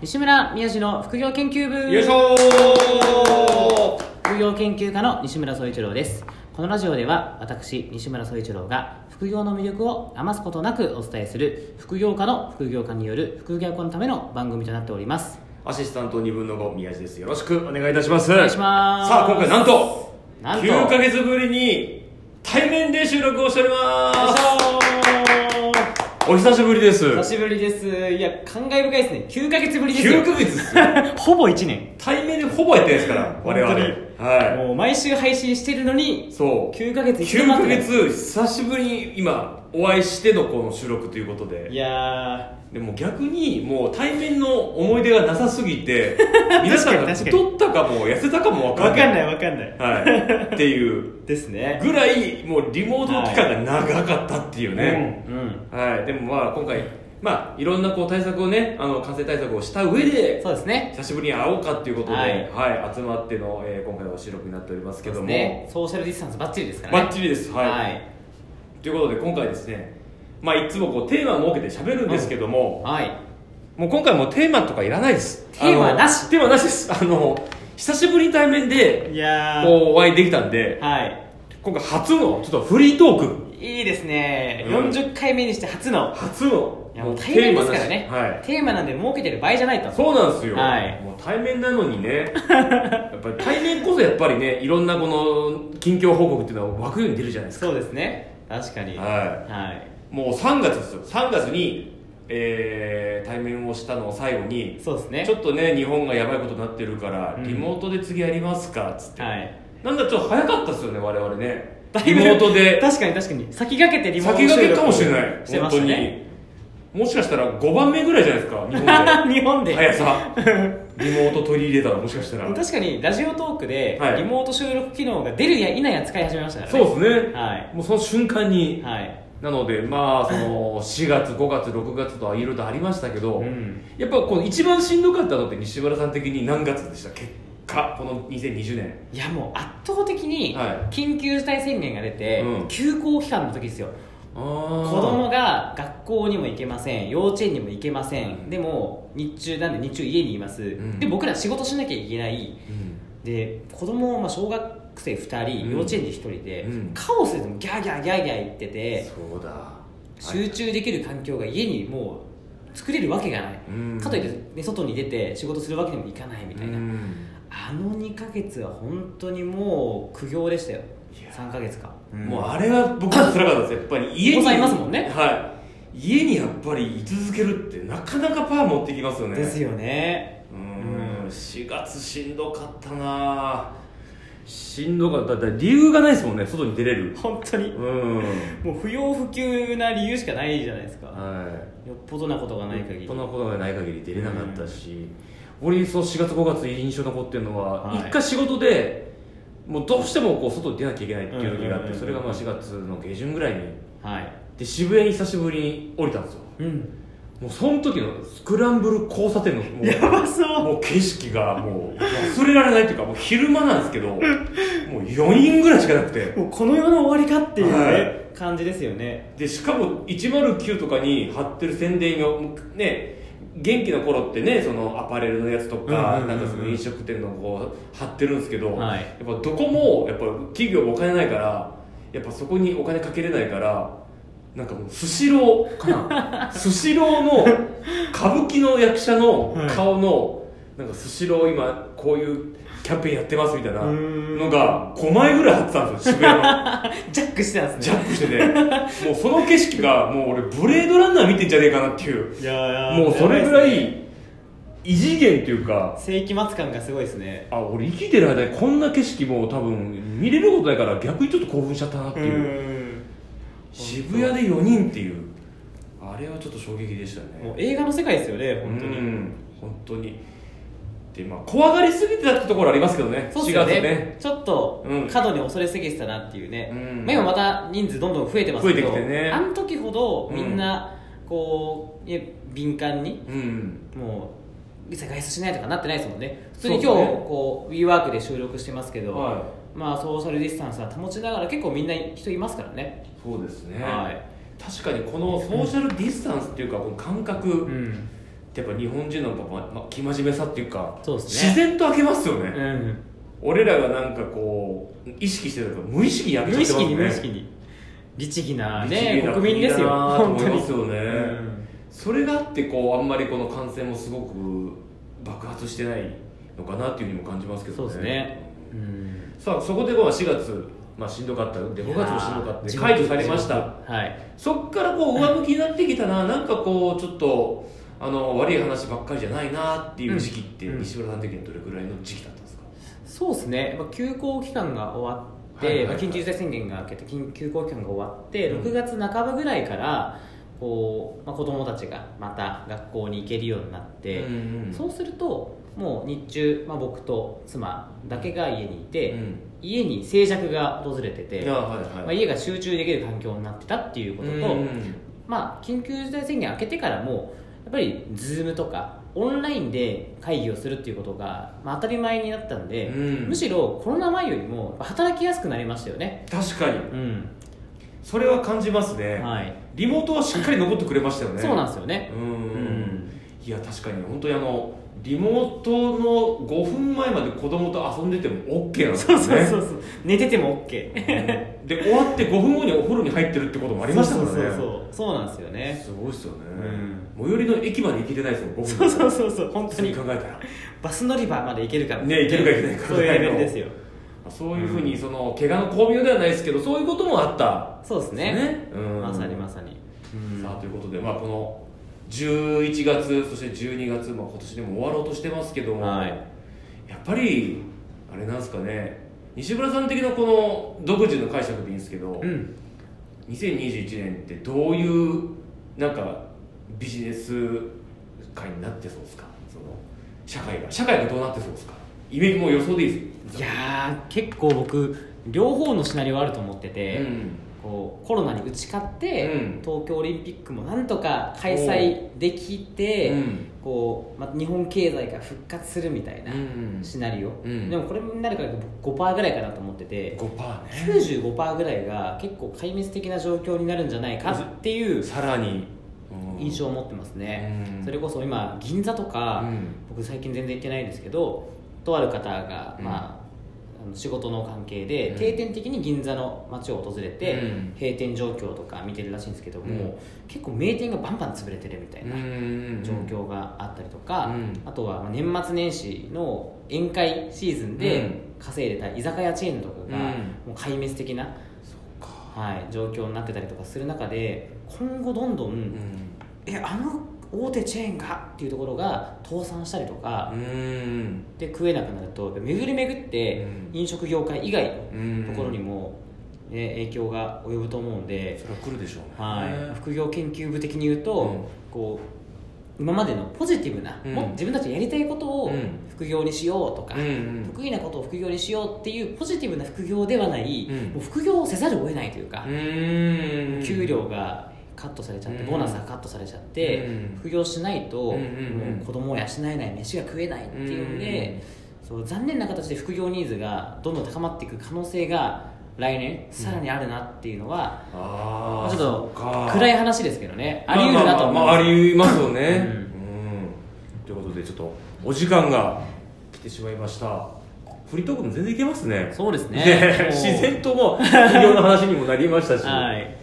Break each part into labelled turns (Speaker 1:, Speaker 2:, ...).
Speaker 1: 西村宮治の副業研究部
Speaker 2: よいしょー
Speaker 1: 副業研究家の西村総一郎ですこのラジオでは私西村総一郎が副業の魅力を余すことなくお伝えする副業家の副業家による副業家のための番組となっております
Speaker 2: アシスタント2分の5宮地ですよろしくお願いいたしますお
Speaker 1: 願いします
Speaker 2: さあ今回なんと
Speaker 1: なんと
Speaker 2: 9ヶ月ぶりに対面で収録をしておりますお久しぶりです
Speaker 1: 久しぶりですいや感慨深いですね9ヶ月ぶりですよ
Speaker 2: 9ヶ月ですよ
Speaker 1: ほぼ1年
Speaker 2: 対面でほぼやってないですから我々
Speaker 1: 本
Speaker 2: は
Speaker 1: もう毎週配信してるのに
Speaker 2: いそう
Speaker 1: 9ヶ月一度
Speaker 2: 9
Speaker 1: も
Speaker 2: ヶ
Speaker 1: 会ってない
Speaker 2: 月久しぶりに今お会いしてのこの収録ということで
Speaker 1: いや
Speaker 2: でも逆にもう対面の思い出がなさすぎ て皆さんが
Speaker 1: 確かに確かに
Speaker 2: 太ったかも痩せたかも
Speaker 1: ー
Speaker 2: 分かんない
Speaker 1: わかんない
Speaker 2: はい、っていう
Speaker 1: ですね
Speaker 2: ぐらいもうリモートの期間が長かったっていうね、
Speaker 1: うん
Speaker 2: はいでもまあ今回まあいろんなこう対策をねあの感染対策をした上で
Speaker 1: そうですね
Speaker 2: 久しぶりに会おうかっていうことで、
Speaker 1: は
Speaker 2: はいい集まっての、えー今回の収録になっておりますけども、
Speaker 1: ねソーシャルディスタンスバッチリですからね
Speaker 2: バッチリですはい、
Speaker 1: はい
Speaker 2: ということで今回ですねまあいつもこうテーマを設けて喋るんですけども、
Speaker 1: はい
Speaker 2: もう今回もうテーマとかいらないです
Speaker 1: テーマなし
Speaker 2: あのテーマなしですあの久しぶりに対面で
Speaker 1: いやー
Speaker 2: こうお会いできたんで
Speaker 1: は
Speaker 2: 今回初のちょっとフリートーク
Speaker 1: いいいですね、
Speaker 2: うん
Speaker 1: 40回目にして初の
Speaker 2: 初の
Speaker 1: いやもう
Speaker 2: テ
Speaker 1: 対面で
Speaker 2: ーマ
Speaker 1: す
Speaker 2: な
Speaker 1: か
Speaker 2: し
Speaker 1: らね
Speaker 2: はい
Speaker 1: テーマなんで儲けてる場合じゃないと
Speaker 2: そうなんですよ、
Speaker 1: はい
Speaker 2: もう対面なのにねやっぱり対面こそやっぱりねいろんなこの近況報告っていうのは枠に出るじゃないですか
Speaker 1: そうですね確かには
Speaker 2: はいいもう3月ですよ3月に、えー対面をしたのを最後に
Speaker 1: そうですね
Speaker 2: ちょっとね日本がやばいことになってるから、リモートで次やりますかっつって、
Speaker 1: はい
Speaker 2: なんだちょっと早かったですよね我々ね
Speaker 1: だい
Speaker 2: リ
Speaker 1: ぶ
Speaker 2: モートで
Speaker 1: 確かに確かに先駆けてリモート
Speaker 2: 先駆けかもしれな
Speaker 1: 収録
Speaker 2: い
Speaker 1: してま
Speaker 2: 本
Speaker 1: し
Speaker 2: 当
Speaker 1: た
Speaker 2: に、
Speaker 1: ね
Speaker 2: もしかしたら5番目ぐらいじゃないですか日 本
Speaker 1: 日本
Speaker 2: で
Speaker 1: で
Speaker 2: 速 さリモート取り入れたらもしかしたら
Speaker 1: 確かにラジオトークで
Speaker 2: はい
Speaker 1: リモート収録機能が出るや否や使い始めましたからね
Speaker 2: そうですね、
Speaker 1: はい
Speaker 2: もうその瞬間に、
Speaker 1: はい
Speaker 2: なのでまあその4月5月6月とはいろいろありましたけど、
Speaker 1: うん
Speaker 2: やっぱこの一番しんどかったのって西村さん的に何月でした結果この2020年
Speaker 1: いやもう圧倒的に
Speaker 2: は
Speaker 1: 緊急事態宣言が出て、
Speaker 2: うん
Speaker 1: 休校期間の時ですよ
Speaker 2: 子
Speaker 1: 子供が学校にも行けません幼稚園にも行けません、
Speaker 2: うん
Speaker 1: でも日中なんで日中家にいます、
Speaker 2: ん
Speaker 1: で僕ら仕事しなきゃいけないで子供はまあ小学生2人、
Speaker 2: うん
Speaker 1: 幼稚園で1人で、
Speaker 2: うん
Speaker 1: カオスでもギャーギャーギャーギャー言ってて
Speaker 2: そうだ
Speaker 1: 集中できる環境が家にもう作れるわけがない、
Speaker 2: うん
Speaker 1: かといって、ね、外に出て仕事するわけにもいかないみたいな、
Speaker 2: うん
Speaker 1: あの2ヶ月は本当にもう苦行でしたよ3ヶ月か、
Speaker 2: もうあれが僕は辛かったですやっぱり家に
Speaker 1: お子さんいますもんね
Speaker 2: はい家にやっぱり居続けるってなかなかパワー持ってきますよね
Speaker 1: ですよね
Speaker 2: うーん4月しんどかったなしんどかっただって理由がないですもんね外に出れる
Speaker 1: 本当に
Speaker 2: うん
Speaker 1: もう不要不急な理由しかないじゃないですか
Speaker 2: は
Speaker 1: よっぽどなことが
Speaker 2: い
Speaker 1: ない限り
Speaker 2: こんなことがない限り出れなかったし、俺そう4月5月印象残ってるのは、
Speaker 1: はい
Speaker 2: 一回仕事でもうどうしてもこう外に出なきゃいけないっていう時が
Speaker 1: うんう
Speaker 2: あって、
Speaker 1: んうんうん
Speaker 2: それがまあ4月の下旬ぐらいに
Speaker 1: はい
Speaker 2: で渋谷に久しぶりに降りたんですよ
Speaker 1: うん
Speaker 2: もうその時のスクランブル交差点のもう
Speaker 1: やばそう
Speaker 2: もう景色がもう忘れられないっていうかもう昼間なんですけどもう4人ぐらいしかなくて
Speaker 1: もうこの世の終わりかっていうね、
Speaker 2: は
Speaker 1: 感じですよね
Speaker 2: でしかも109とかに貼ってる宣伝がもうね元気な頃ってねそのアパレルのやつとか、
Speaker 1: うんうんうんうん
Speaker 2: なんかその飲食店のこう貼ってるんですけど、
Speaker 1: はい
Speaker 2: やっぱどこもやっぱ企業もお金ないからやっぱそこにお金かけれないからなんかもうスシローか なスシローの歌舞伎の役者の顔の、なんかスシロー今こういうキャンペーンやってますみたいな
Speaker 1: うーん
Speaker 2: のが5枚ぐらい貼ってたんですよ渋谷の。
Speaker 1: ジャックしてたんです
Speaker 2: ジ
Speaker 1: ね
Speaker 2: ャンプしててもうその景色がもう俺ブレードランナー見てんじゃねえかなっていう
Speaker 1: いや
Speaker 2: もうそれぐら
Speaker 1: ばですね
Speaker 2: い異次元っていうか
Speaker 1: 世紀末感がすごいですね
Speaker 2: あ俺生きてる間にこんな景色も多分見れることないから逆にちょっと興奮しちゃったなっていう渋谷で4人っていうあれはちょっと衝撃でした
Speaker 1: もう
Speaker 2: ね
Speaker 1: 映画の世界ですよね本当に、
Speaker 2: うん本当にでまあ怖がりすぎてたってところありますけどね
Speaker 1: そうっす
Speaker 2: 4
Speaker 1: よ
Speaker 2: 月
Speaker 1: ね
Speaker 2: ね
Speaker 1: ちょっと
Speaker 2: うん
Speaker 1: 過度に恐れすぎてたなっていうね、
Speaker 2: うん
Speaker 1: まあ今また人数どんどん増えてますけど
Speaker 2: 増えてきてね
Speaker 1: あの時ほどみんなこう、いや敏感に
Speaker 2: うん
Speaker 1: もう一切外出しないとかなってないですもんね普通に今日
Speaker 2: そうですね
Speaker 1: こう WeWork で収録してますけど、
Speaker 2: は
Speaker 1: まあソーシャルディスタンスは保ちながら結構みんな人いますからね
Speaker 2: いそうですね
Speaker 1: はい
Speaker 2: 確かにこのソーシャルディスタンスっていうかこの感覚、
Speaker 1: うん
Speaker 2: ってやっぱ日本人のパパ、ま、生真面目さっていうか
Speaker 1: そうですね
Speaker 2: 自然と開けますよね、
Speaker 1: うん
Speaker 2: 俺らがなんかこう意識してたから無意識に開けちゃ
Speaker 1: 無
Speaker 2: っ
Speaker 1: 意
Speaker 2: て
Speaker 1: 識に無意
Speaker 2: ます
Speaker 1: 識
Speaker 2: ね
Speaker 1: に律儀な
Speaker 2: 律儀
Speaker 1: ね
Speaker 2: な
Speaker 1: 国民ですよ
Speaker 2: 国だなと
Speaker 1: 本
Speaker 2: 思
Speaker 1: 当
Speaker 2: い
Speaker 1: に
Speaker 2: ますよね、
Speaker 1: うん
Speaker 2: それがあってこうあんまりこの感染もすごく爆発してないのかなっていうふうにも感じますけどね
Speaker 1: そうですねうん
Speaker 2: さあそこでまあ4月、まあ、しんどかったで5月もしんどかったで解除されました
Speaker 1: はい
Speaker 2: そっからこう上向きになってきたな、なんかこうちょっとあの悪い話ばっかりじゃないなっていう時期って、
Speaker 1: うん
Speaker 2: 西村さん的にはどれぐらいの時期だったんですか、
Speaker 1: そうですね、まあ、休校期間が終わって、
Speaker 2: はいはいはい
Speaker 1: まあ緊急事態宣言が明けて緊休校期間が終わって
Speaker 2: うん
Speaker 1: 6月半ばぐらいからこう、まあ、子供たちがまた学校に行けるようになって、
Speaker 2: ん
Speaker 1: そうするともう日中、まあ、僕と妻だけが家にいて、
Speaker 2: うん
Speaker 1: 家に静寂が訪れてて、
Speaker 2: あはいはい、
Speaker 1: まあ、家が集中できる環境になってたっていうことと、
Speaker 2: うん
Speaker 1: まあ、緊急事態宣言明けてからもやっぱり Zoom とかオンラインで会議をするっていうことが、まあ、当たり前になったんで、
Speaker 2: うん
Speaker 1: むしろコロナ前よりも働きやすくなりましたよね
Speaker 2: 確かに
Speaker 1: うん、
Speaker 2: それは感じますね、
Speaker 1: はい
Speaker 2: リモートはしっかり残ってくれましたよね
Speaker 1: そうなんですよね
Speaker 2: うん
Speaker 1: うん
Speaker 2: いや確かに本当にあのリモートの5分前まで子供と遊んでても OK なんです
Speaker 1: そ
Speaker 2: よ
Speaker 1: う
Speaker 2: ね
Speaker 1: そうそうそう寝てても OK
Speaker 2: うんで終わって5分後にお風呂に入ってるってこともありましたからね
Speaker 1: そうそうそうそうなんですよね
Speaker 2: すごいっすよね、
Speaker 1: う
Speaker 2: 最寄りの駅まで行けてないですもん5分
Speaker 1: そうそうそうそう本当
Speaker 2: 普通に
Speaker 1: に
Speaker 2: 考えたら
Speaker 1: バス乗り場まで行けるから
Speaker 2: ね行けるか行けないか
Speaker 1: そういうレベルですよ
Speaker 2: そういうふうにその怪我の巧妙ではないですけどそういうこともあった
Speaker 1: そうですね
Speaker 2: うん
Speaker 1: まさにまさに、うん
Speaker 2: さあということで、まあ、この11月そして12月、まあ、今年でも終わろうとしてますけども、
Speaker 1: はい
Speaker 2: やっぱりあれなんですかね西村さん的なこの独自の解釈でいいんですけど、
Speaker 1: うん
Speaker 2: 2021年ってどういうなんかビジネス界になってそうですかその社会が社会がどうなってそうですかイメージもう予想でいいです
Speaker 1: いやー結構僕両方のシナリオあると思ってて、
Speaker 2: うん
Speaker 1: こうコロナに打ち勝って、
Speaker 2: うん
Speaker 1: 東京オリンピックもなんとか開催できて、
Speaker 2: うん
Speaker 1: こうま、日本経済が復活するみたいな
Speaker 2: うん
Speaker 1: シナリオ、
Speaker 2: うん
Speaker 1: でもこれになるから僕5%ぐらいかなと思ってて
Speaker 2: 5%ね
Speaker 1: 95%ぐらいが結構壊滅的な状況になるんじゃないかっていう
Speaker 2: さらに、うん
Speaker 1: 印象を持ってますね、
Speaker 2: うん
Speaker 1: それこそ今銀座とか、
Speaker 2: うん
Speaker 1: 僕最近全然行ってないですけどとある方が、
Speaker 2: うん
Speaker 1: まあ、あの仕事の関係で、
Speaker 2: うん
Speaker 1: 定点的に銀座の街を訪れて、
Speaker 2: うん
Speaker 1: 閉店状況とか見てるらしいんですけども、
Speaker 2: うん
Speaker 1: 結構名店がバンバン潰れてるみたいな
Speaker 2: うん
Speaker 1: 状況があったりとか、
Speaker 2: うん
Speaker 1: あとはまあ年末年始の宴会シーズン
Speaker 2: う
Speaker 1: で
Speaker 2: ん
Speaker 1: 稼いでた居酒屋チェーンとかが、
Speaker 2: うん
Speaker 1: もう壊滅的な、
Speaker 2: そうか
Speaker 1: はい、状況になってたりとかする中で今後どんどん、
Speaker 2: うん
Speaker 1: えあの大手チェーンがっていうところが倒産したりとか、
Speaker 2: うん
Speaker 1: で食えなくなると巡り巡って
Speaker 2: うん
Speaker 1: 飲食業界以外
Speaker 2: うん
Speaker 1: のところにも、ね、影響が及ぶと思うんで、
Speaker 2: それは来るでしょうね
Speaker 1: はい、副業研究部的に言うと、
Speaker 2: うん
Speaker 1: こう今までのポジティブな、
Speaker 2: うん
Speaker 1: も自分たちがやりたいことを
Speaker 2: うん
Speaker 1: 副業にしようとか、
Speaker 2: うんうん
Speaker 1: 得意なことを副業にしようっていうポジティブな副業ではない、
Speaker 2: うん
Speaker 1: もう副業をせざるを得ないというか、
Speaker 2: うん
Speaker 1: 給料がカットされちゃって、
Speaker 2: うん
Speaker 1: ボーナスがカットされちゃって、
Speaker 2: うん
Speaker 1: 副業しないと、
Speaker 2: うんうんうん
Speaker 1: もう子供を養えない飯が食えないっていうんで、そう残念な形で副業ニーズがどんどん高まっていく可能性が来年さらにあるなっていうのは、
Speaker 2: ああ
Speaker 1: ちょっと
Speaker 2: 暗
Speaker 1: 暗い話ですけどね
Speaker 2: ま
Speaker 1: あり得るなと思い
Speaker 2: ま
Speaker 1: ま
Speaker 2: あまあ
Speaker 1: す、
Speaker 2: まあありますよね、
Speaker 1: う
Speaker 2: うんということでちょっとお時間が来てしまいましたフリートークも全然いけますね
Speaker 1: そうですね
Speaker 2: ね
Speaker 1: もう
Speaker 2: 自然ともう副業の話にもなりました し、
Speaker 1: はい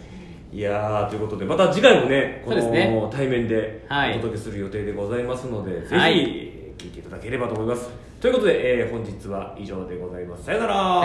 Speaker 2: いやーということでまた次回もねこ
Speaker 1: そうですね
Speaker 2: の対面で
Speaker 1: はい
Speaker 2: お届けする予定でございますので、
Speaker 1: は
Speaker 2: ぜひ聞いていただければと思いますということで、えー本日は以上でございますさよなら